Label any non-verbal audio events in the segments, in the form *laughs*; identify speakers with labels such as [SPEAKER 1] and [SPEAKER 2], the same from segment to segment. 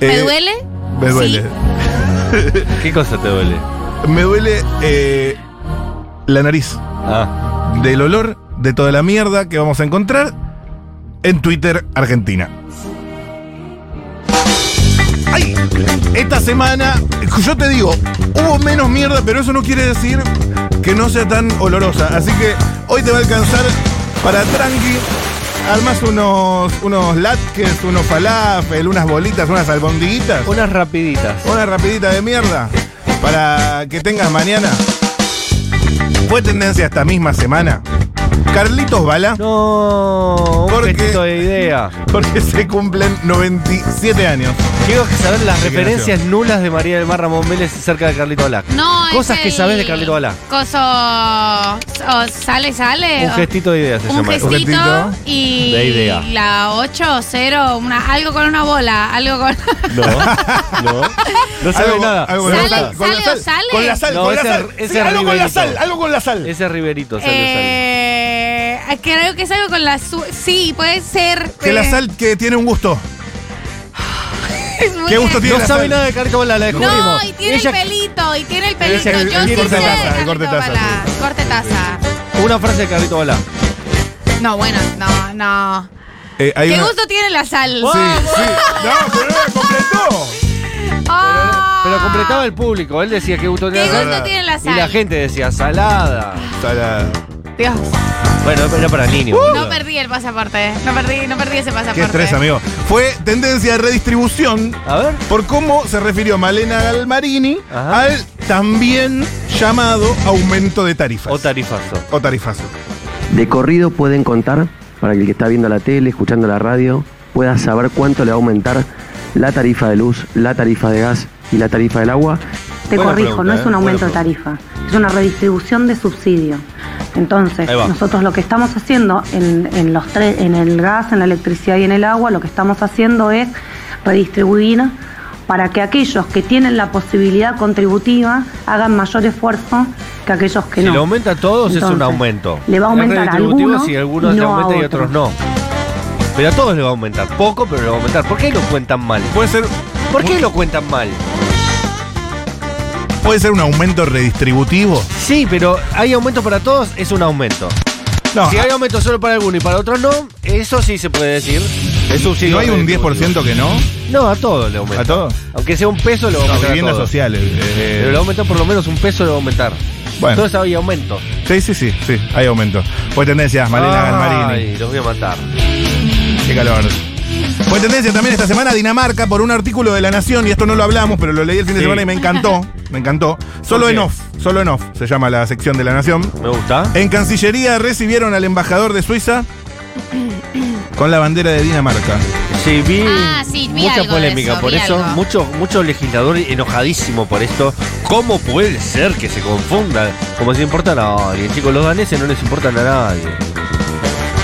[SPEAKER 1] ¿Me
[SPEAKER 2] Eh,
[SPEAKER 1] duele?
[SPEAKER 2] Me duele.
[SPEAKER 1] Sí.
[SPEAKER 3] ¿Qué cosa te duele?
[SPEAKER 2] Me duele eh, la nariz
[SPEAKER 3] Ah,
[SPEAKER 2] del olor de toda la mierda que vamos a encontrar en Twitter Argentina. Ay, esta semana, yo te digo, hubo menos mierda, pero eso no quiere decir que no sea tan olorosa. Así que hoy te va a alcanzar para tranqui. Armas unos, unos latkes, unos falafel, unas bolitas, unas albondiguitas.
[SPEAKER 3] unas rapiditas.
[SPEAKER 2] Una rapidita de mierda para que tengas mañana. Fue tendencia esta misma semana. Carlitos Bala,
[SPEAKER 3] No, un
[SPEAKER 2] Porque-
[SPEAKER 3] poquito de idea.
[SPEAKER 2] porque se cumplen 97 años.
[SPEAKER 3] Quiero que saber las
[SPEAKER 2] Así que
[SPEAKER 3] referencias nulas de María del Mar Ramón Vélez cerca de Carlito Balá.
[SPEAKER 1] No, es
[SPEAKER 3] Cosas que
[SPEAKER 1] el
[SPEAKER 3] sabes de Carlito Balá.
[SPEAKER 1] Coso. o sale, sale.
[SPEAKER 3] Un
[SPEAKER 1] o-
[SPEAKER 3] gestito de idea se
[SPEAKER 1] Eh, un
[SPEAKER 3] llama. eso.
[SPEAKER 1] gestito,
[SPEAKER 2] gestito
[SPEAKER 1] y
[SPEAKER 3] de idea.
[SPEAKER 1] la 8 o 0, una, algo con una bola,
[SPEAKER 2] *laughs*
[SPEAKER 1] algo con...
[SPEAKER 3] No, no. No sabe
[SPEAKER 2] Algo-
[SPEAKER 3] nada.
[SPEAKER 2] algo
[SPEAKER 1] Sale,
[SPEAKER 2] con, la sal, con la
[SPEAKER 1] sale o
[SPEAKER 2] sal,
[SPEAKER 1] sale.
[SPEAKER 2] con la sal,
[SPEAKER 3] No,
[SPEAKER 2] con la
[SPEAKER 3] ese-
[SPEAKER 2] sal.
[SPEAKER 3] ese
[SPEAKER 2] Sí, algo con la
[SPEAKER 3] Riverito.
[SPEAKER 2] sal, algo con la sal.
[SPEAKER 3] Ese Riverito salió, salió.
[SPEAKER 1] Eh, creo que es algo con la... su- sí, puede ser.
[SPEAKER 2] que la
[SPEAKER 1] eh,
[SPEAKER 2] sal que tiene un gusto.
[SPEAKER 1] es muy
[SPEAKER 2] ¿Qué gusto
[SPEAKER 1] gracioso.
[SPEAKER 2] tiene
[SPEAKER 3] No
[SPEAKER 2] la
[SPEAKER 3] sabe
[SPEAKER 2] sal?
[SPEAKER 3] nada de Carlito Balá, la
[SPEAKER 1] No,
[SPEAKER 3] descubrimos.
[SPEAKER 1] y tiene
[SPEAKER 3] Ella-
[SPEAKER 1] el pelito, y tiene el pelito.
[SPEAKER 2] el-
[SPEAKER 1] Yo
[SPEAKER 2] el
[SPEAKER 1] sí
[SPEAKER 2] corte
[SPEAKER 1] sé
[SPEAKER 2] taza, el
[SPEAKER 1] de
[SPEAKER 2] corte
[SPEAKER 1] Carlito
[SPEAKER 2] taza,
[SPEAKER 1] Balá, Corte taza.
[SPEAKER 3] Una frase de Carlito Balá.
[SPEAKER 1] No, bueno, no, no.
[SPEAKER 2] Eh, hay
[SPEAKER 1] ¿Qué
[SPEAKER 2] una-
[SPEAKER 1] gusto tiene la sal?
[SPEAKER 2] Sí, sí. No, pero no la completó.
[SPEAKER 1] Ah.
[SPEAKER 3] Pero completaba el público. Él decía que gusto
[SPEAKER 1] ¿Qué
[SPEAKER 3] tenía
[SPEAKER 1] gusto
[SPEAKER 3] Carlito.
[SPEAKER 1] tiene la
[SPEAKER 3] Y
[SPEAKER 1] sal?
[SPEAKER 3] la gente decía salada.
[SPEAKER 2] Sala.
[SPEAKER 1] Dios.
[SPEAKER 3] Bueno, era para niños.
[SPEAKER 1] Uh. No perdí el pasaporte. No perdí, no perdí ese pasaporte.
[SPEAKER 2] Qué estrés, amigo. Fue tendencia de redistribución
[SPEAKER 3] A ver.
[SPEAKER 2] por cómo se refirió Malena Galmarini
[SPEAKER 3] Ajá.
[SPEAKER 2] al también llamado aumento de tarifas.
[SPEAKER 3] O tarifazo.
[SPEAKER 2] O tarifazo.
[SPEAKER 4] De corrido pueden contar, para que el que está viendo la tele, escuchando la radio, pueda saber cuánto le va a aumentar la tarifa de luz, la tarifa de gas y la tarifa del agua.
[SPEAKER 5] Te
[SPEAKER 2] Buena
[SPEAKER 5] corrijo,
[SPEAKER 2] pregunta,
[SPEAKER 5] no es
[SPEAKER 2] ¿eh?
[SPEAKER 5] un aumento de
[SPEAKER 2] Buena
[SPEAKER 5] tarifa, es una redistribución de subsidio. Entonces,
[SPEAKER 3] Ahí va.
[SPEAKER 5] nosotros lo que estamos haciendo en, en los tres, en el gas, en la electricidad y en el agua, lo que estamos haciendo es redistribuir para que aquellos que tienen la posibilidad contributiva hagan mayor esfuerzo que aquellos que
[SPEAKER 3] si
[SPEAKER 5] no.
[SPEAKER 3] lo aumenta a todos es un
[SPEAKER 5] Entonces,
[SPEAKER 3] aumento.
[SPEAKER 5] le va a
[SPEAKER 3] Es
[SPEAKER 5] aumentar a
[SPEAKER 3] redistributivo
[SPEAKER 5] algunos
[SPEAKER 3] si algunos
[SPEAKER 5] y
[SPEAKER 3] le
[SPEAKER 5] no a
[SPEAKER 3] aumentan y otros
[SPEAKER 5] otros.
[SPEAKER 3] no. Pero a todos le va a aumentar. Poco, pero le va a aumentar. ¿Por qué lo cuentan mal?
[SPEAKER 2] Puede ser,
[SPEAKER 3] ¿Por qué lo cuentan mal?
[SPEAKER 2] puede ser un aumento redistributivo.
[SPEAKER 3] Sí, pero hay aumento para todos, es un aumento.
[SPEAKER 2] No,
[SPEAKER 3] Si hay aumento solo para algunos y para otros no, eso sí se puede decir. Es subsidio.
[SPEAKER 2] no hay un 10% que no.
[SPEAKER 3] No, a todos le aumenta.
[SPEAKER 2] ¿A todos?
[SPEAKER 3] Aunque sea un peso, le va a
[SPEAKER 2] No,
[SPEAKER 3] aumentar. a
[SPEAKER 2] viviendas
[SPEAKER 3] todos.
[SPEAKER 2] sociales. eh,
[SPEAKER 3] Pero le aumenta por lo menos un peso, le va a aumentar.
[SPEAKER 2] Bueno.
[SPEAKER 3] Entonces hay aumento.
[SPEAKER 2] sí, sí, sí, sí, hay aumento. Fue tendencia, Malena Galmarini.
[SPEAKER 3] Ay, los voy a matar.
[SPEAKER 2] Qué calor. Fue tendencia también esta semana Dinamarca por un artículo de La Nación, y esto no lo hablamos, pero lo leí el fin de
[SPEAKER 3] Sí.
[SPEAKER 2] semana y me encantó. Me encantó. Solo
[SPEAKER 3] qué?
[SPEAKER 2] en off, solo en off se llama la sección de La Nación.
[SPEAKER 3] Me gusta.
[SPEAKER 2] En Cancillería recibieron al embajador de Suiza con la bandera de Dinamarca.
[SPEAKER 3] Sí, vi,
[SPEAKER 1] Ah, sí, vi
[SPEAKER 3] mucha
[SPEAKER 1] algo de
[SPEAKER 3] polémica
[SPEAKER 1] eso,
[SPEAKER 3] por
[SPEAKER 1] vi
[SPEAKER 3] eso,
[SPEAKER 1] algo.
[SPEAKER 3] mucho mucho legislador enojadísimo por esto. ¿Cómo puede ser que se confundan? Como si importan a alguien, chicos, los daneses no les importan a nadie.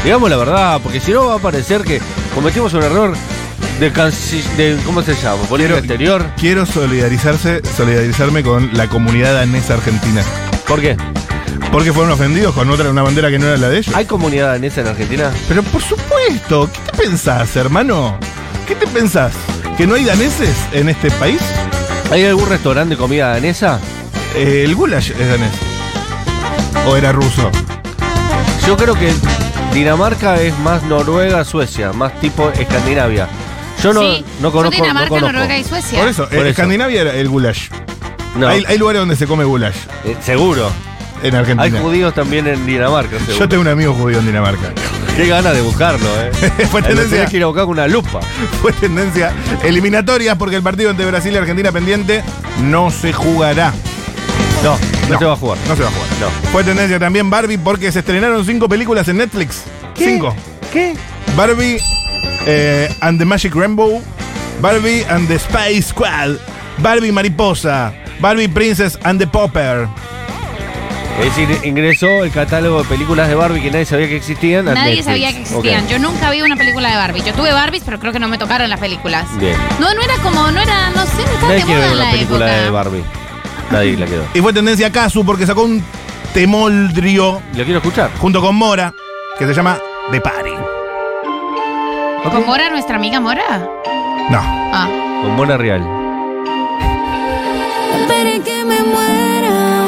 [SPEAKER 3] Digamos la verdad, porque si no va a parecer que cometimos un error de, canci- de ¿cómo se llama? Política
[SPEAKER 2] Quiero-
[SPEAKER 3] exterior.
[SPEAKER 2] Quiero solidarizarse, solidarizarme con la comunidad danesa argentina.
[SPEAKER 3] ¿Por qué?
[SPEAKER 2] Porque fueron ofendidos con otra una bandera que no era la de ellos.
[SPEAKER 3] ¿Hay comunidad danesa en Argentina?
[SPEAKER 2] Pero por supuesto, ¿qué te pensás, hermano? ¿Qué te pensás? ¿Que no hay daneses en este país?
[SPEAKER 3] ¿Hay algún restaurante de comida danesa?
[SPEAKER 2] Eh, el goulash es danés. ¿O era ruso?
[SPEAKER 3] Yo creo que Dinamarca es más Noruega, Suecia, más tipo Escandinavia. Yo no,
[SPEAKER 1] Sí,
[SPEAKER 3] no conozco.
[SPEAKER 1] Son Dinamarca,
[SPEAKER 3] no conozco.
[SPEAKER 1] Noruega y Suecia.
[SPEAKER 2] Por eso,
[SPEAKER 3] Por
[SPEAKER 2] en
[SPEAKER 3] eso.
[SPEAKER 2] Escandinavia era el goulash.
[SPEAKER 3] No,
[SPEAKER 2] Hay, hay lugares donde se come goulash
[SPEAKER 3] eh, seguro.
[SPEAKER 2] en
[SPEAKER 3] Hay
[SPEAKER 2] Argentina.
[SPEAKER 3] judíos también en Dinamarca, seguro.
[SPEAKER 2] Yo tengo un amigo judío en Dinamarca.
[SPEAKER 3] Qué ganas de buscarlo, ¿eh?
[SPEAKER 2] *laughs* Fue
[SPEAKER 3] Ahí lo
[SPEAKER 2] tendencia.
[SPEAKER 3] tenés que ir a buscar con una lupa.
[SPEAKER 2] *laughs* Fue tendencia eliminatorias porque el partido entre Brasil y Argentina pendiente no se jugará.
[SPEAKER 3] No, no, se va a jugar.
[SPEAKER 2] No se va a jugar.
[SPEAKER 3] No.
[SPEAKER 2] Fue tendencia también Barbie porque se estrenaron cinco películas en Netflix. Cinco.
[SPEAKER 3] ¿Qué?
[SPEAKER 2] Barbie eh, and the Magic Rainbow, Barbie and the Space Squad, Barbie Mariposa, Barbie Princess and the Popper.
[SPEAKER 3] Es decir, ingresó el catálogo de películas de Barbie que nadie sabía que existían. a
[SPEAKER 1] Nadie
[SPEAKER 3] Netflix.
[SPEAKER 1] sabía que existían.
[SPEAKER 3] Ok.
[SPEAKER 1] Yo nunca vi una película de Barbie. Yo tuve Barbies, pero creo que no me tocaron las películas.
[SPEAKER 3] Bien.
[SPEAKER 1] No, no era como, no era, no sé, no estaba
[SPEAKER 3] Nadie
[SPEAKER 1] de
[SPEAKER 3] quiere
[SPEAKER 1] moda
[SPEAKER 3] ver
[SPEAKER 1] en
[SPEAKER 3] una
[SPEAKER 1] la
[SPEAKER 3] película
[SPEAKER 1] época.
[SPEAKER 3] de Barbie. Nadie la quedó.
[SPEAKER 2] Y fue tendencia Casu porque sacó un temoldrio
[SPEAKER 3] Lo quiero escuchar.
[SPEAKER 2] junto con Mora que se llama The Party.
[SPEAKER 1] ¿Con Mora, nuestra amiga Mora?
[SPEAKER 2] No.
[SPEAKER 1] Ah.
[SPEAKER 3] Con Mona Real.
[SPEAKER 6] Esperé que me muera,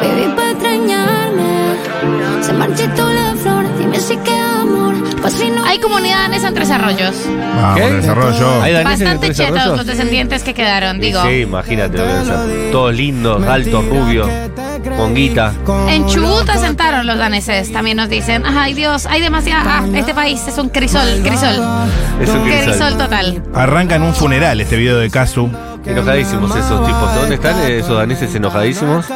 [SPEAKER 6] viví para extrañarme. Se marchitó la flor, dime si queda amor. Pues si no,
[SPEAKER 1] Hay comunidad danesa en Tres Arroyos.
[SPEAKER 2] Vamos,
[SPEAKER 3] ¿Qué?
[SPEAKER 2] Ah, desarrollo.
[SPEAKER 3] ¿Hay daneses en
[SPEAKER 1] Bastante
[SPEAKER 3] Tres
[SPEAKER 1] chetos
[SPEAKER 3] Arroyos?
[SPEAKER 1] los descendientes que quedaron,
[SPEAKER 3] Y
[SPEAKER 1] digo.
[SPEAKER 3] Sí, imagínate, lo que deben ser. todos lindos, altos, rubios, con guita.
[SPEAKER 1] En Chubut asentaron los daneses. También nos dicen, ay Dios, hay demasiada... Ah, este país es un crisol, crisol.
[SPEAKER 3] Es un crisol.
[SPEAKER 1] Crisol total.
[SPEAKER 2] Arranca en un funeral este video de Casu.
[SPEAKER 3] Enojadísimos esos tipos. ¿Dónde están esos daneses enojadísimos?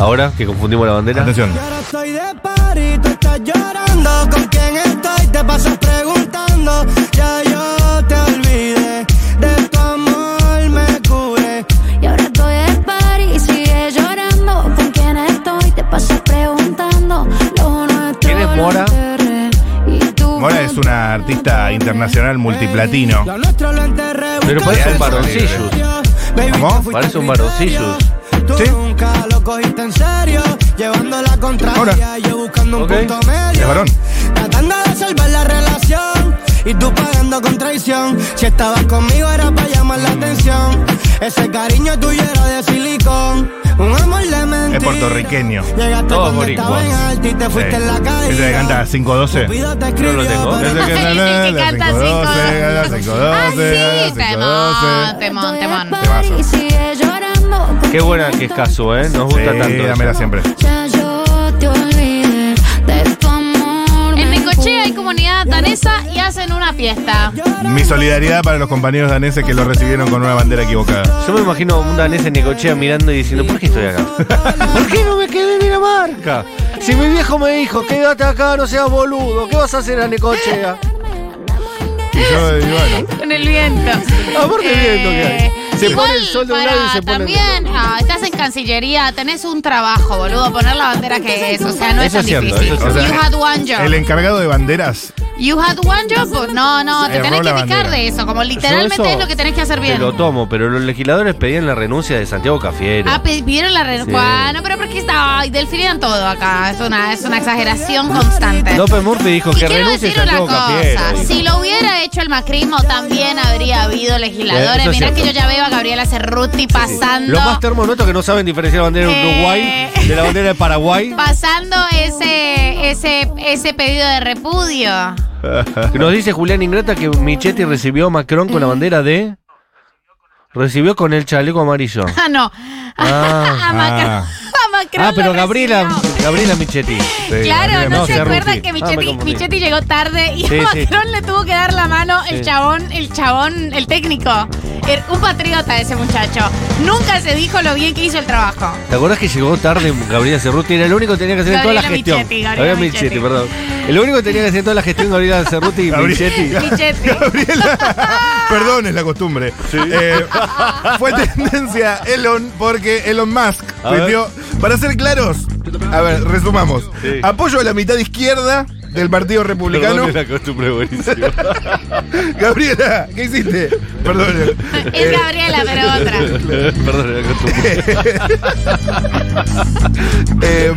[SPEAKER 3] Ahora que confundimos la bandera.
[SPEAKER 2] Atención.
[SPEAKER 7] Y ahora estoy de party, tú estás llorando. ¿Con quién estoy? Te pasas preguntando. Ya yo te olvidé. De tu amor me cubre.
[SPEAKER 6] y ahora estoy de party y sigue llorando. ¿Con quién estoy? Te pasas preguntando. Lo nuestro
[SPEAKER 3] ¿Quién es
[SPEAKER 6] lo
[SPEAKER 3] Mora?
[SPEAKER 6] enterré, y tú
[SPEAKER 2] Mora es una artista internacional multiplatino.
[SPEAKER 7] Lo nuestro lo enterré.
[SPEAKER 3] Pero parece un
[SPEAKER 7] buscando
[SPEAKER 3] varoncillo.
[SPEAKER 7] yo. Baby,
[SPEAKER 2] ¿Cómo?
[SPEAKER 7] tú fuiste
[SPEAKER 3] Parece un
[SPEAKER 7] mi rayo.
[SPEAKER 3] varoncillo.
[SPEAKER 7] Tú
[SPEAKER 2] Sí.
[SPEAKER 7] nunca lo cogiste en serio. Llevando la contraria.
[SPEAKER 2] Ahora.
[SPEAKER 7] Yo buscando
[SPEAKER 3] Ok.
[SPEAKER 7] un punto medio.
[SPEAKER 2] Es varón.
[SPEAKER 7] Tratando de salvar la relación y tú pagando con traición. Si estabas conmigo era para llamar la atención. Ese cariño tuyo era de silicón. Un amor de mentira.
[SPEAKER 2] Es puertorriqueño.
[SPEAKER 7] Llegaste
[SPEAKER 3] Todo
[SPEAKER 7] cuando
[SPEAKER 3] boricua.
[SPEAKER 7] estaba en alto y te fuiste
[SPEAKER 2] Sí.
[SPEAKER 7] en la calle.
[SPEAKER 2] Ese Eh, que canta a 512.
[SPEAKER 7] Cupido te
[SPEAKER 3] No lo
[SPEAKER 7] escribió
[SPEAKER 3] tengo.
[SPEAKER 7] para-
[SPEAKER 2] Ese
[SPEAKER 1] *laughs*
[SPEAKER 2] que
[SPEAKER 1] El que canta cinco.
[SPEAKER 2] canta 512.
[SPEAKER 1] Ah, sí, temón, temón, temón.
[SPEAKER 6] Estoy de party y sigue llorando. ¿Con
[SPEAKER 3] Qué
[SPEAKER 6] quién
[SPEAKER 3] buena que es
[SPEAKER 6] estoy?
[SPEAKER 3] caso, ¿eh? Nos gusta tanto.
[SPEAKER 2] Sí,
[SPEAKER 3] eso.
[SPEAKER 2] dámela siempre.
[SPEAKER 6] Ya yo te olvidé de tu amor.
[SPEAKER 1] En
[SPEAKER 6] me
[SPEAKER 1] Necochea hay comunidad danesa y hacen una fiesta.
[SPEAKER 2] Mi solidaridad para los compañeros daneses que lo recibieron con una bandera equivocada.
[SPEAKER 3] Yo me imagino un danés en Necochea mirando y diciendo, ¿por qué estoy acá? ¿Por qué no me quedé en Dinamarca? Si mi viejo me dijo, quédate acá, no seas boludo, ¿qué vas a hacer a Necochea?
[SPEAKER 2] Y yo, y bueno.
[SPEAKER 1] Con el viento. Eh,
[SPEAKER 3] Aparte Ah, el viento que hay. Se
[SPEAKER 1] igual
[SPEAKER 3] pone el sol de un
[SPEAKER 1] para
[SPEAKER 3] lado y se pone el otro.
[SPEAKER 1] También, ah, estás en Cancillería, tenés un trabajo, boludo. Poner la bandera que es. O sea, no
[SPEAKER 3] Eso
[SPEAKER 1] es
[SPEAKER 3] es
[SPEAKER 1] tan
[SPEAKER 3] cierto,
[SPEAKER 1] difícil.
[SPEAKER 3] eso
[SPEAKER 2] es cierto.
[SPEAKER 1] you had one job.
[SPEAKER 2] El encargado de banderas.
[SPEAKER 1] You had one job. pues, No, no, te
[SPEAKER 2] Erró
[SPEAKER 1] tenés que
[SPEAKER 2] la
[SPEAKER 1] picar
[SPEAKER 2] bandera.
[SPEAKER 1] de eso. Como
[SPEAKER 3] Yo
[SPEAKER 1] literalmente
[SPEAKER 3] eso
[SPEAKER 1] es lo que tenés que hacer
[SPEAKER 3] Te
[SPEAKER 1] bien.
[SPEAKER 3] lo tomo, pero los legisladores pedían la renuncia de Santiago Cafiero.
[SPEAKER 1] Ah, pe- vieron la red.
[SPEAKER 3] Sí.
[SPEAKER 1] Bueno, pero porque está. Ay, delfinean todo acá. Es una, es una exageración constante.
[SPEAKER 3] López Murphy dijo
[SPEAKER 1] Y
[SPEAKER 3] que
[SPEAKER 1] quiero
[SPEAKER 3] renuncie
[SPEAKER 1] decir una
[SPEAKER 3] Santiago Cafiero.
[SPEAKER 1] cosa, si lo hubiera hecho el macrismo también habría habido
[SPEAKER 3] Eh,
[SPEAKER 1] legisladores.
[SPEAKER 3] eso es
[SPEAKER 1] Mirá
[SPEAKER 3] cierto.
[SPEAKER 1] que yo ya veo a Gabriela Cerruti pasando
[SPEAKER 3] Los más termos nuestros que no saben diferenciar la bandera de
[SPEAKER 1] Eh.
[SPEAKER 3] Uruguay de la bandera de Paraguay.
[SPEAKER 1] pasando ese ese ese pedido de repudio. *laughs* Ah,
[SPEAKER 3] Nos dice Julián Ingrata que Michetti recibió a Macron con la bandera de. Recibió con el
[SPEAKER 1] *laughs*
[SPEAKER 3] chaleco amarillo.
[SPEAKER 1] Ah, no. *laughs*
[SPEAKER 3] Ah,
[SPEAKER 1] a Macron,
[SPEAKER 2] ah.
[SPEAKER 1] a Macron
[SPEAKER 3] Ah, pero
[SPEAKER 1] lo
[SPEAKER 3] Gabriela,
[SPEAKER 1] recibió.
[SPEAKER 3] Gabriela Michetti.
[SPEAKER 1] *laughs* Claro,
[SPEAKER 3] no,
[SPEAKER 1] no, se
[SPEAKER 3] Cerruti.
[SPEAKER 1] acuerdan que
[SPEAKER 3] Ah, me
[SPEAKER 1] Michetti,
[SPEAKER 3] confundí.
[SPEAKER 1] Michetti llegó tarde y *laughs*
[SPEAKER 3] Sí,
[SPEAKER 1] a
[SPEAKER 3] sí.
[SPEAKER 1] Macron le tuvo que dar la mano el
[SPEAKER 3] Sí.
[SPEAKER 1] chabón, el chabón, el técnico. Era Un patriota ese muchacho. Nunca se dijo lo bien que hizo el trabajo.
[SPEAKER 3] ¿Te acordás que llegó tarde Gabriela Cerruti? Era el único que tenía que hacer en toda la
[SPEAKER 1] Gabriela
[SPEAKER 3] gestión.
[SPEAKER 1] Michetti, Gabriela
[SPEAKER 3] Michetti,
[SPEAKER 1] Michetti.
[SPEAKER 3] perdón. El único que tenía que hacer en toda la gestión Gabriela Cerruti y
[SPEAKER 2] *laughs* Gabriela.
[SPEAKER 3] Michetti.
[SPEAKER 1] Michetti.
[SPEAKER 2] Gabriela, *laughs* perdón, es la costumbre. Eh, fue tendencia Elon porque Elon Musk
[SPEAKER 3] A ver.
[SPEAKER 2] tuiteó- Para ser claros, a ver, resumamos.
[SPEAKER 3] Sí.
[SPEAKER 2] Apoyo a la mitad izquierda del Partido Republicano.
[SPEAKER 3] Perdón, es la costumbre *laughs* buenísima.
[SPEAKER 2] *laughs* Gabriela, ¿qué hiciste? Perdón.
[SPEAKER 1] Es Gabriela, pero otra.
[SPEAKER 3] Perdón, es la costumbre.
[SPEAKER 2] Eh,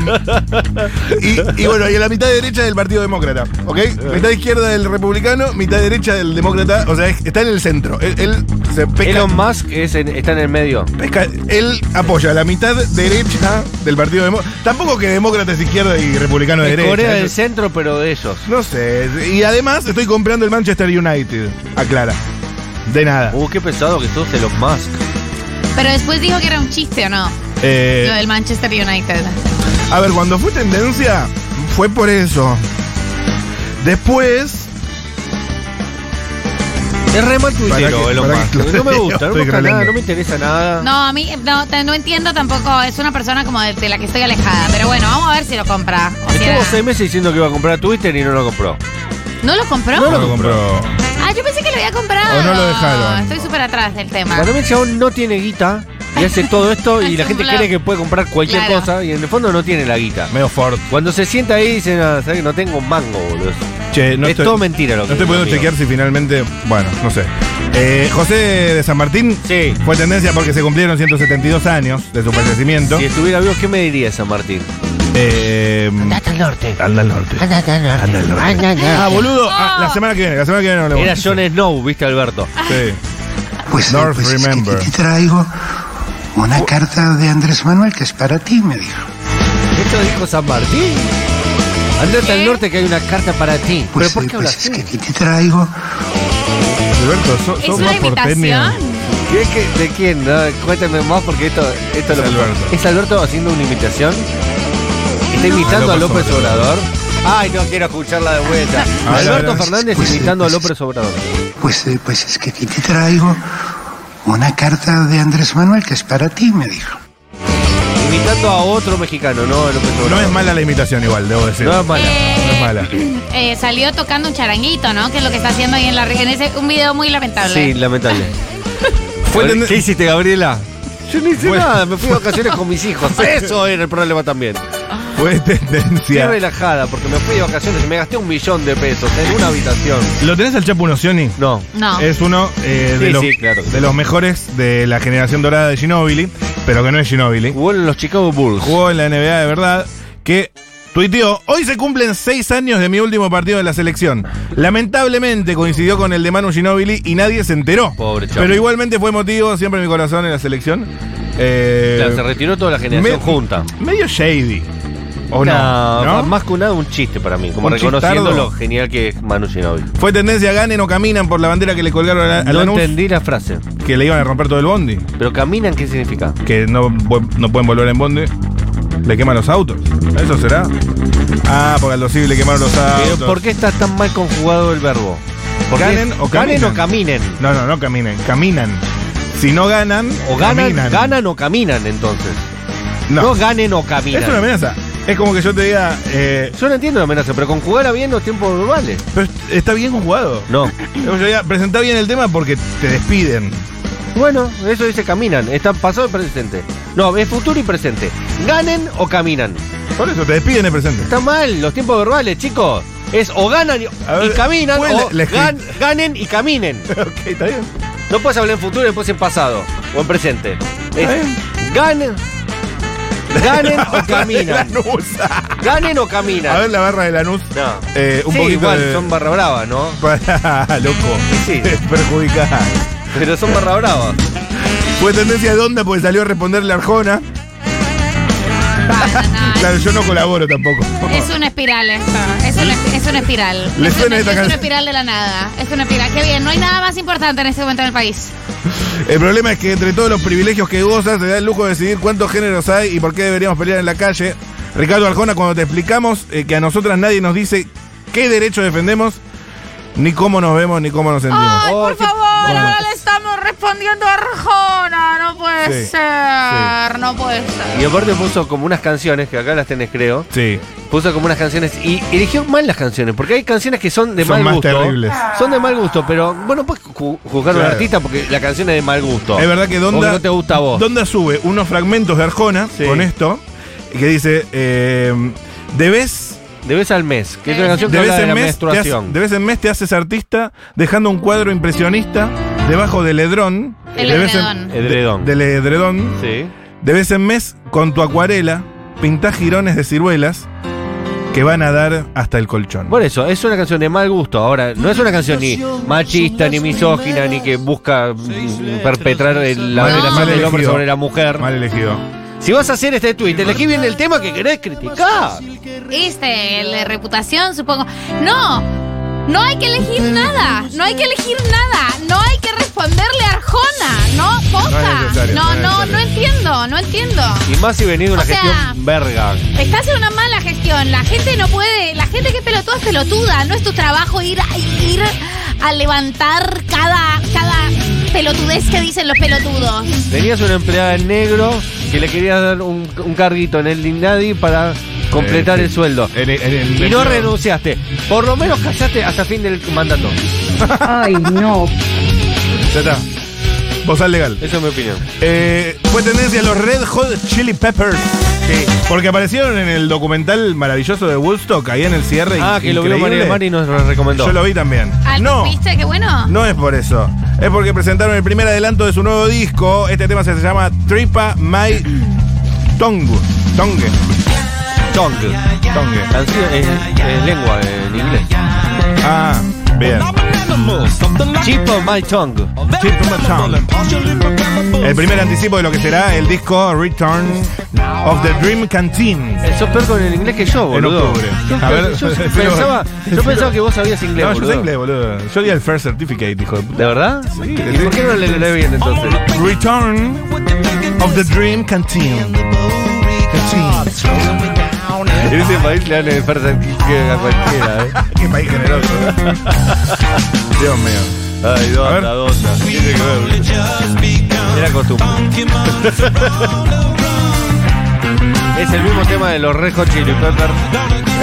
[SPEAKER 2] y, y bueno, y a la mitad derecha del Partido Demócrata, ¿ok? Mitad izquierda del Republicano, mitad derecha del Demócrata, o sea, es- está en el centro. Él, él se pesca,
[SPEAKER 3] Elon Musk es en- está en el medio.
[SPEAKER 2] pesca- él apoya la mitad derecha del Partido Demócrata. Tampoco que Demócrata es izquierda y Republicano es
[SPEAKER 3] Es
[SPEAKER 2] derecha.
[SPEAKER 3] Corea del
[SPEAKER 2] eso-
[SPEAKER 3] Centro, pero de ellos.
[SPEAKER 2] No sé, y además estoy comprando el Manchester United, aclara. De nada.
[SPEAKER 3] Uh, qué pesado que sos Elon Musk.
[SPEAKER 1] Pero después dijo que era un chiste o no,
[SPEAKER 2] Eh,
[SPEAKER 1] lo del Manchester United.
[SPEAKER 2] A ver, cuando fue tendencia, fue por eso. Después,
[SPEAKER 3] Es re mal tuitero,
[SPEAKER 2] Para que-
[SPEAKER 3] Elon
[SPEAKER 2] para que
[SPEAKER 3] Musk.
[SPEAKER 2] lo
[SPEAKER 3] No
[SPEAKER 2] *laughs*
[SPEAKER 3] me
[SPEAKER 2] leo,
[SPEAKER 3] gusta, no
[SPEAKER 2] estoy
[SPEAKER 3] me gusta nada,
[SPEAKER 2] relendo.
[SPEAKER 3] no me interesa nada.
[SPEAKER 1] No, a mí no, te- no entiendo tampoco, es una persona como de, de la que estoy alejada. Pero bueno, vamos a ver si lo compra. o si
[SPEAKER 3] Estuvo
[SPEAKER 1] era-
[SPEAKER 3] seis meses diciendo que iba a comprar Twitter y no lo compró.
[SPEAKER 1] ¿No lo compró?
[SPEAKER 2] no lo compró.
[SPEAKER 1] Ah, yo pensé que lo había comprado.
[SPEAKER 2] O no lo dejaron.
[SPEAKER 1] Estoy súper atrás del tema.
[SPEAKER 3] Para mí el chabón "Oh, no tiene guita y hace todo
[SPEAKER 1] *laughs*
[SPEAKER 3] esto y la gente
[SPEAKER 1] Claro.
[SPEAKER 3] cree que puede comprar cualquier
[SPEAKER 1] Claro.
[SPEAKER 3] cosa y en el fondo no tiene la guita.
[SPEAKER 2] Medio Ford.
[SPEAKER 3] Cuando se sienta ahí dice, no, ¿sabes que no tengo un mango, boludo?
[SPEAKER 2] Che, no
[SPEAKER 3] es
[SPEAKER 2] estoy,
[SPEAKER 3] todo mentira lo que
[SPEAKER 2] no estoy
[SPEAKER 3] digo,
[SPEAKER 2] pudiendo
[SPEAKER 3] amigo.
[SPEAKER 2] chequear si finalmente. Bueno, no sé. Eh, José de San Martín
[SPEAKER 3] Sí.
[SPEAKER 2] fue tendencia porque se cumplieron 172 años de su fallecimiento.
[SPEAKER 3] Si estuviera vivo, ¿qué me diría San Martín?
[SPEAKER 2] Eh,
[SPEAKER 8] Andate al norte.
[SPEAKER 2] anda al norte.
[SPEAKER 8] Andate al norte.
[SPEAKER 2] Anda al norte.
[SPEAKER 8] Andate al norte.
[SPEAKER 2] Ah, boludo. Ah, la semana que viene, la semana que viene no le
[SPEAKER 3] Era Jon Snow, viste Alberto.
[SPEAKER 2] Sí.
[SPEAKER 8] Pues, eh,
[SPEAKER 2] North
[SPEAKER 8] pues es que
[SPEAKER 2] Remember.
[SPEAKER 8] te traigo una carta de Andrés Manuel que es para ti, me dijo.
[SPEAKER 3] Esto dijo San Martín. Andate al norte que hay una carta para ti.
[SPEAKER 8] Pues,
[SPEAKER 3] ¿Pero por
[SPEAKER 8] eh,
[SPEAKER 3] qué
[SPEAKER 8] pues
[SPEAKER 3] hablas
[SPEAKER 8] es que aquí
[SPEAKER 3] así?
[SPEAKER 8] te traigo
[SPEAKER 2] Alberto, so-
[SPEAKER 1] Es
[SPEAKER 2] sos
[SPEAKER 1] una
[SPEAKER 2] más porteño.
[SPEAKER 1] imitación.
[SPEAKER 3] ¿Y es que- ¿De quién? No, cuéntame más porque esto, esto
[SPEAKER 2] Es
[SPEAKER 3] lo
[SPEAKER 2] Alberto.
[SPEAKER 3] ¿Es Alberto haciendo una imitación? ¿Está imitando a López
[SPEAKER 2] López
[SPEAKER 3] Obrador? Ay, no quiero escucharla
[SPEAKER 2] *laughs*
[SPEAKER 3] de vuelta.
[SPEAKER 2] A ver, a
[SPEAKER 3] Alberto
[SPEAKER 2] ver.
[SPEAKER 3] Fernández
[SPEAKER 8] Pues sí,
[SPEAKER 3] imitando a
[SPEAKER 8] pues
[SPEAKER 3] López Obrador.
[SPEAKER 8] Pues, eh, pues es que aquí te traigo una carta de Andrés Manuel que es para ti, me dijo.
[SPEAKER 3] Imitando a otro mexicano, no a López
[SPEAKER 2] No
[SPEAKER 3] Obrador.
[SPEAKER 2] es mala la imitación igual, debo decir.
[SPEAKER 3] No es mala.
[SPEAKER 2] No es
[SPEAKER 3] *laughs*
[SPEAKER 2] mala.
[SPEAKER 1] Eh, salió tocando un charanguito, ¿no? Que es lo que está haciendo ahí en la re- en ese un video muy lamentable.
[SPEAKER 3] Sí, lamentable.
[SPEAKER 2] *laughs* Fue tenden-
[SPEAKER 3] ¿Qué hiciste, Gabriela? Yo no hice
[SPEAKER 2] Fue-
[SPEAKER 3] nada, me fui de vacaciones con mis
[SPEAKER 2] *laughs*
[SPEAKER 3] hijos. Eso era el problema también.
[SPEAKER 2] Fue
[SPEAKER 3] Estoy
[SPEAKER 2] tendencia.
[SPEAKER 3] relajada porque me fui de vacaciones y me gasté un millón de pesos en una habitación.
[SPEAKER 2] ¿Lo tenés al Chapuno, Sioni?
[SPEAKER 3] No.
[SPEAKER 1] No.
[SPEAKER 2] Es uno eh, de,
[SPEAKER 3] Sí,
[SPEAKER 2] los,
[SPEAKER 3] sí, claro.
[SPEAKER 2] de los mejores de la generación dorada de Ginobili, pero que no es Ginobili.
[SPEAKER 3] Jugó en los Chicago Bulls.
[SPEAKER 2] Jugó en la NBA de verdad, que tuiteó, hoy se cumplen seis años de mi último partido de la selección. Lamentablemente coincidió con el de Manu Ginobili y nadie se enteró.
[SPEAKER 3] Pobre chavo.
[SPEAKER 2] Pero igualmente fue motivo siempre en mi corazón en la selección. Eh,
[SPEAKER 3] Claro, se retiró toda la generación
[SPEAKER 2] me-
[SPEAKER 3] junta.
[SPEAKER 2] Medio shady. ¿O no? ¿No?
[SPEAKER 3] Más que un nada, un chiste para mí. Como
[SPEAKER 2] Un
[SPEAKER 3] reconociendo
[SPEAKER 2] chistardo.
[SPEAKER 3] lo genial que es Manu Ginóbili.
[SPEAKER 2] Fue tendencia ganen o caminan por la bandera que le colgaron a, la
[SPEAKER 3] No entendí la frase.
[SPEAKER 2] que le iban a romper todo el bondi.
[SPEAKER 3] Pero caminan, ¿qué significa?
[SPEAKER 2] que no, vu- no pueden volver en bondi, le queman los autos. ¿Eso será? Ah, porque al dosible le quemaron los autos.
[SPEAKER 3] Pero, Eh, ¿Por qué está tan mal conjugado el verbo? ¿Por qué
[SPEAKER 2] Ganen
[SPEAKER 3] es-
[SPEAKER 2] o
[SPEAKER 3] ganen
[SPEAKER 2] caminan.
[SPEAKER 3] o caminen.
[SPEAKER 2] No, no, no caminen, caminan. Si no ganan,
[SPEAKER 3] O ganan,
[SPEAKER 2] caminan.
[SPEAKER 3] ganan o caminan entonces. No,
[SPEAKER 2] No,
[SPEAKER 3] ganen o caminan.
[SPEAKER 2] es una amenaza. Es como que yo te diga, eh,
[SPEAKER 3] Yo no entiendo la amenaza, pero conjugar bien los tiempos verbales.
[SPEAKER 2] pero est- está bien jugado.
[SPEAKER 3] No.
[SPEAKER 2] Yo diría, presentá bien el tema porque te despiden.
[SPEAKER 3] Bueno, eso dice caminan. Está pasado y presente. No, es futuro y presente. Ganen o caminan.
[SPEAKER 2] Por eso, te despiden el presente. *laughs*
[SPEAKER 3] Está mal los tiempos verbales, chicos. Es o ganan y,
[SPEAKER 2] A ver,
[SPEAKER 3] y caminan
[SPEAKER 2] ¿cuál
[SPEAKER 3] o
[SPEAKER 2] le- le-
[SPEAKER 3] gan- ganen y caminen.
[SPEAKER 2] ok, está bien.
[SPEAKER 3] No puedes hablar en futuro y después en pasado o en presente. Es
[SPEAKER 2] bien.
[SPEAKER 3] ganen,
[SPEAKER 2] *laughs*
[SPEAKER 3] ganen o caminan.
[SPEAKER 2] Lanús.
[SPEAKER 3] Ganen o
[SPEAKER 2] A ver
[SPEAKER 3] caminan.
[SPEAKER 2] la barra de Lanús.
[SPEAKER 3] No.
[SPEAKER 2] Eh, un
[SPEAKER 3] sí,
[SPEAKER 2] poquito
[SPEAKER 3] igual,
[SPEAKER 2] de-
[SPEAKER 3] son barra brava, ¿no?
[SPEAKER 2] *laughs* Pará, loco. *laughs*
[SPEAKER 3] Sí.
[SPEAKER 2] Perjudicada.
[SPEAKER 3] Pero son barra brava.
[SPEAKER 2] Fue tendencia de onda porque salió a responderle a Arjona. *laughs*
[SPEAKER 1] Basta, no,
[SPEAKER 2] Claro, yo no colaboro tampoco.
[SPEAKER 1] Es una espiral esto, es una, es una espiral.
[SPEAKER 2] ¿Le
[SPEAKER 1] es
[SPEAKER 2] suena
[SPEAKER 1] una,
[SPEAKER 2] esta
[SPEAKER 1] es una
[SPEAKER 2] canción?
[SPEAKER 1] espiral de la nada, es una espiral. Qué bien, no hay nada más importante en este momento en el país.
[SPEAKER 2] El problema es que entre todos los privilegios que gozas, te da el lujo de decidir cuántos géneros hay y por qué deberíamos pelear en la calle. Ricardo Arjona, cuando te explicamos eh, que a nosotras nadie nos dice qué derecho defendemos, ni cómo nos vemos, ni cómo nos sentimos.
[SPEAKER 1] ¡Ay,
[SPEAKER 3] Oh,
[SPEAKER 1] por
[SPEAKER 3] qué-
[SPEAKER 1] favor!
[SPEAKER 2] bueno.
[SPEAKER 1] Ahora le estamos respondiendo a Arjona. No puede
[SPEAKER 2] Sí,
[SPEAKER 1] ser, no puede ser.
[SPEAKER 3] Y aparte puso como unas canciones, que acá las tenés creo.
[SPEAKER 2] Sí.
[SPEAKER 3] Puso como unas canciones y eligió mal las canciones, porque hay canciones que son de
[SPEAKER 2] Son
[SPEAKER 3] mal
[SPEAKER 2] más
[SPEAKER 3] gusto.
[SPEAKER 2] terribles.
[SPEAKER 3] Son de mal gusto, pero bueno, puedes ju- juzgar a un
[SPEAKER 2] Claro.
[SPEAKER 3] artista porque la canción es de mal gusto.
[SPEAKER 2] Es verdad que
[SPEAKER 3] O
[SPEAKER 2] Donda,
[SPEAKER 3] no te gusta a vos.
[SPEAKER 2] Donda sube unos fragmentos de Arjona
[SPEAKER 3] Sí.
[SPEAKER 2] con esto, que dice, eh, debes...
[SPEAKER 3] De vez al mes, que es
[SPEAKER 1] De
[SPEAKER 3] una canción que
[SPEAKER 2] Eh, de
[SPEAKER 3] habla
[SPEAKER 2] vez en
[SPEAKER 3] de la
[SPEAKER 2] mes te haces-
[SPEAKER 3] menstruación.
[SPEAKER 2] de vez en mes te haces artista, dejando un cuadro impresionista debajo del edrón.
[SPEAKER 1] El
[SPEAKER 2] De vez en-
[SPEAKER 1] edredón.
[SPEAKER 2] de-
[SPEAKER 3] Edredón.
[SPEAKER 2] del edredón.
[SPEAKER 3] Sí.
[SPEAKER 2] De vez en mes, con tu acuarela, pintás girones de ciruelas que van a dar hasta el colchón.
[SPEAKER 3] Por eso, es una canción de mal gusto. Ahora, no es una canción ni machista, ni misógina, ni que busca mm, perpetrar el- la
[SPEAKER 2] Mal-
[SPEAKER 3] relación
[SPEAKER 2] mal
[SPEAKER 3] del hombre
[SPEAKER 2] elegido.
[SPEAKER 3] sobre la mujer.
[SPEAKER 2] Mal elegido.
[SPEAKER 3] Si vas a hacer este tweet, elegí bien el tema que querés criticar.
[SPEAKER 1] Este, la reputación, supongo. No, no hay que elegir nada. No hay que elegir nada. No hay que responderle a Arjona. No,
[SPEAKER 2] No es
[SPEAKER 1] posta.
[SPEAKER 2] necesario, no
[SPEAKER 1] No,
[SPEAKER 2] es
[SPEAKER 1] no,
[SPEAKER 2] necesario.
[SPEAKER 1] no entiendo, no entiendo.
[SPEAKER 3] Y más si venís de una
[SPEAKER 1] O sea-
[SPEAKER 3] gestión verga.
[SPEAKER 1] Estás en una mala gestión. La gente no puede. La gente que es pelotuda es pelotuda. No es tu trabajo ir a, ir a levantar cada, cada pelotudez que dicen los pelotudos.
[SPEAKER 3] Tenías una empleada en negro que le querías dar un, un carguito en el Lindadi para completar
[SPEAKER 2] Eh, sí.
[SPEAKER 3] el sueldo.
[SPEAKER 2] En- en- en-
[SPEAKER 3] Y no
[SPEAKER 2] en-
[SPEAKER 3] renunciaste. Por lo menos callaste hasta fin del mandato.
[SPEAKER 5] Ay, no.
[SPEAKER 2] Ya está. Vos al legal.
[SPEAKER 3] Esa es mi opinión.
[SPEAKER 2] Eh, fue tendencia a los Red Hot Chili Peppers. Porque aparecieron en el documental maravilloso de Woodstock, ahí en el cierre.
[SPEAKER 3] Ah, que lo vio
[SPEAKER 2] Este increíble.
[SPEAKER 3] María del Mar y nos lo recomendó.
[SPEAKER 2] Yo lo vi también.
[SPEAKER 1] ¿Algo
[SPEAKER 2] No.
[SPEAKER 1] Ah, viste? Qué bueno.
[SPEAKER 2] No es por eso. Es porque presentaron el primer adelanto de su nuevo disco. Este tema se llama Tripa My Tongue. Tongue.
[SPEAKER 3] Tongue.
[SPEAKER 2] Tongue.
[SPEAKER 3] Canción es, es lengua en inglés.
[SPEAKER 2] Ah, bien.
[SPEAKER 3] Chip on my tongue.
[SPEAKER 2] Chip on my tongue. El primer anticipo de lo que será el disco Return of the Dream Canteen.
[SPEAKER 3] Eh, Sos peor con el inglés que yo,
[SPEAKER 2] En
[SPEAKER 3] boludo.
[SPEAKER 2] octubre.
[SPEAKER 3] Sos
[SPEAKER 2] A
[SPEAKER 3] peor-
[SPEAKER 2] ver, *laughs*
[SPEAKER 3] yo,
[SPEAKER 2] pero-
[SPEAKER 3] pensaba, yo pensaba que vos sabías inglés,
[SPEAKER 2] No, yo
[SPEAKER 3] boludo.
[SPEAKER 2] sé inglés, boludo. Yo di el First Certificate, hijo de puta.
[SPEAKER 3] ¿De verdad?
[SPEAKER 2] Sí,
[SPEAKER 3] ¿Y por
[SPEAKER 2] sí.
[SPEAKER 3] qué no le lee bien entonces?
[SPEAKER 2] Return of the Dream Canteen. Canteen.
[SPEAKER 3] En ese país le dan el first certificate a cualquiera, eh.
[SPEAKER 2] *laughs* Qué país generoso. ¿eh? Dios mío.
[SPEAKER 3] Ay,
[SPEAKER 2] A ver.
[SPEAKER 3] dona, dona. Tiene que ver. Era costumbre. es el mismo tema de los Red Hot Chili Peppers.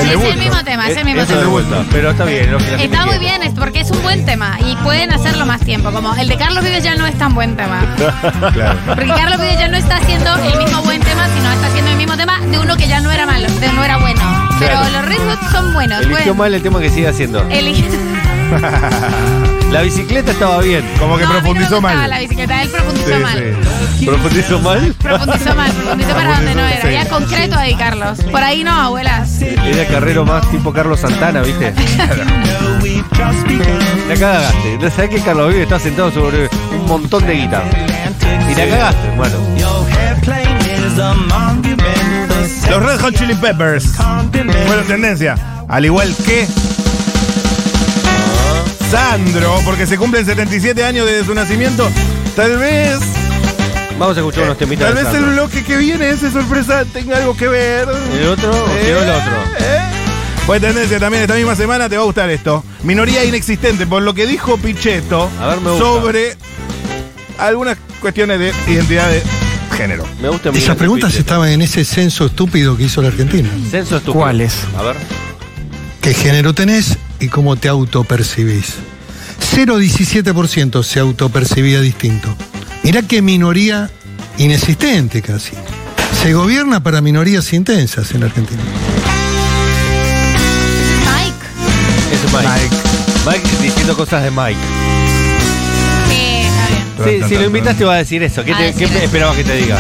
[SPEAKER 1] Sí,
[SPEAKER 2] debut,
[SPEAKER 1] es el mismo
[SPEAKER 2] ¿no?
[SPEAKER 1] tema, es
[SPEAKER 3] Eh,
[SPEAKER 1] el mismo
[SPEAKER 3] eso
[SPEAKER 1] tema.
[SPEAKER 3] de vuelta, pero está bien. lo que la gente
[SPEAKER 1] Está muy
[SPEAKER 3] quiere.
[SPEAKER 1] bien es porque es un buen tema y pueden hacerlo más tiempo. Como el de Carlos Vives ya no es tan buen tema.
[SPEAKER 2] Claro.
[SPEAKER 1] Porque Carlos Vives ya no está haciendo el mismo buen tema, sino está haciendo el mismo tema de uno que ya no era malo, de no era bueno. Pero
[SPEAKER 3] Claro.
[SPEAKER 1] los Red Hot son buenos.
[SPEAKER 3] Eligió
[SPEAKER 1] pueden-
[SPEAKER 3] mal el tema que sigue haciendo.
[SPEAKER 1] Eli-
[SPEAKER 3] La bicicleta estaba bien.
[SPEAKER 2] *laughs* Como que
[SPEAKER 1] *laughs* No, a mí no me
[SPEAKER 2] profundizó
[SPEAKER 1] gustaba
[SPEAKER 2] mal.
[SPEAKER 1] La bicicleta, él profundizó
[SPEAKER 2] Sí,
[SPEAKER 1] mal.
[SPEAKER 2] sí.
[SPEAKER 3] ¿Profundizó mal?
[SPEAKER 1] Profundizó mal, profundizó para donde no era.
[SPEAKER 2] Sí.
[SPEAKER 1] Era concreto ahí, Carlos. Por ahí no, abuelas.
[SPEAKER 3] Era carrero más tipo Carlos Santana, ¿viste? La cagaste. ¿No sabés que Carlos Vive está sentado sobre un montón de guitarra? Y la cagaste, hermano.
[SPEAKER 2] Los Red Hot Chili Peppers fueron tendencia, al igual que Sandro, porque se cumplen 77 años desde su nacimiento. Tal vez,
[SPEAKER 3] Vamos a escuchar unos temitas.
[SPEAKER 2] tal
[SPEAKER 3] de
[SPEAKER 2] vez el
[SPEAKER 3] Sandro.
[SPEAKER 2] bloque que viene, ese sorpresa, tenga algo que ver.
[SPEAKER 3] ¿El otro o quedó el otro?
[SPEAKER 2] Eh, Fue tendencia también esta misma semana, te va a gustar esto. Minoría inexistente, por lo que dijo Pichetto
[SPEAKER 3] A ver, me gusta.
[SPEAKER 2] sobre algunas cuestiones de identidad de género.
[SPEAKER 3] Me gusta mucho.
[SPEAKER 9] Esas preguntas estaban en ese censo estúpido que hizo la Argentina.
[SPEAKER 3] Censo estúpido.
[SPEAKER 9] ¿Cuáles?
[SPEAKER 3] A ver.
[SPEAKER 9] ¿Qué género tenés y cómo te autopercibís? 0,17% se autopercibía distinto. Mirá qué minoría inexistente casi. Se gobierna para minorías intensas en la Argentina.
[SPEAKER 1] Mike,
[SPEAKER 3] Ese es Mike. Mike. diciendo cosas de Mike.
[SPEAKER 1] sí, está bien.
[SPEAKER 3] Sí, si lo invitas te va a decir eso. ¿Qué,
[SPEAKER 1] Va a
[SPEAKER 3] te-
[SPEAKER 1] decir
[SPEAKER 3] qué
[SPEAKER 1] eso.
[SPEAKER 3] esperabas que te diga?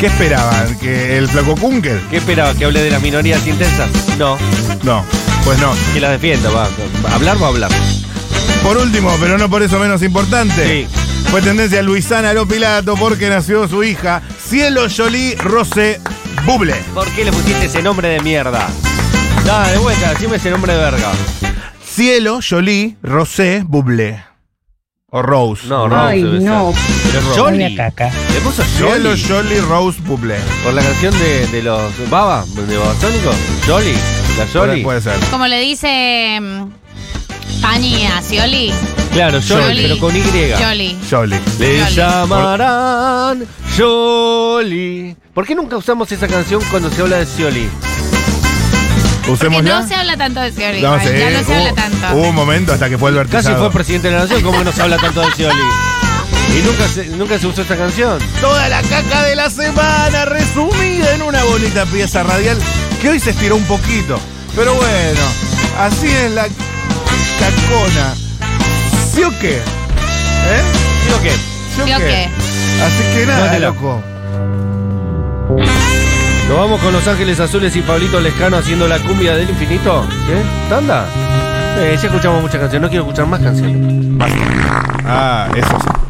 [SPEAKER 2] ¿Qué esperaban? ¿Que el flaco Kunkel?
[SPEAKER 3] ¿Qué esperabas? ¿Que hable de las minorías intensas? No.
[SPEAKER 2] No, pues no.
[SPEAKER 3] Que las defienda, va. ¿Hablar va a hablar?
[SPEAKER 2] Por último, pero no por eso menos importante.
[SPEAKER 3] Sí.
[SPEAKER 2] Fue tendencia Luisana Lopilato porque nació su hija, Cielo Jolie Rose Buble.
[SPEAKER 3] ¿Por qué le pusiste ese nombre de mierda? Nada, de vuelta, decime ese nombre de verga.
[SPEAKER 2] Cielo Jolie Rosé Buble. O Rose.
[SPEAKER 3] No, Rose.
[SPEAKER 5] Ay,
[SPEAKER 3] debe ser.
[SPEAKER 5] no.
[SPEAKER 3] Pero
[SPEAKER 2] Rose.
[SPEAKER 3] Johnny. Le puso
[SPEAKER 2] Cielo
[SPEAKER 3] Johnny.
[SPEAKER 2] Jolie Rose Buble.
[SPEAKER 3] Por la canción de, de los Baba, de Babasónicos. Jolly. La Jolly.
[SPEAKER 2] Puede ser.
[SPEAKER 1] Como le dice mm, Pani a Scioli.
[SPEAKER 3] Claro, Jolly,
[SPEAKER 1] Jolly.
[SPEAKER 3] pero con Y.
[SPEAKER 1] Scioli.
[SPEAKER 2] Jolie.
[SPEAKER 3] Le
[SPEAKER 1] Jolly.
[SPEAKER 3] llamarán Jolly. ¿Por qué nunca usamos esa canción cuando se habla de Jolly?
[SPEAKER 1] Que
[SPEAKER 2] Usémosla.
[SPEAKER 1] no se habla tanto de Scioli.
[SPEAKER 2] No,
[SPEAKER 1] Juan,
[SPEAKER 2] sí, Uh,
[SPEAKER 1] ya no se
[SPEAKER 2] hubo-
[SPEAKER 1] habla tanto.
[SPEAKER 2] Hubo un momento hasta que fue
[SPEAKER 3] Casi
[SPEAKER 2] albertizado.
[SPEAKER 3] fue presidente de la nación, ¿cómo que no se habla tanto de Jolly? Y nunca se, nunca se usó esta canción.
[SPEAKER 2] Toda la caca de la semana resumida en una bonita pieza radial que hoy se estiró un poquito. Pero bueno, así es la cacona. ¿Sí o qué? ¿Eh?
[SPEAKER 3] ¿Digo qué?
[SPEAKER 2] ¿Sí o,
[SPEAKER 1] ¿Sí o
[SPEAKER 2] qué?
[SPEAKER 1] qué?
[SPEAKER 2] Así que nada,
[SPEAKER 3] Dátelo.
[SPEAKER 2] loco.
[SPEAKER 3] ¿Nos vamos con Los Ángeles Azules y Pablito Lescano haciendo la cumbia del infinito? ¿Qué? ¿Tanda? Eh, ya escuchamos muchas canciones, no quiero escuchar más canciones.
[SPEAKER 2] Ah, eso sí.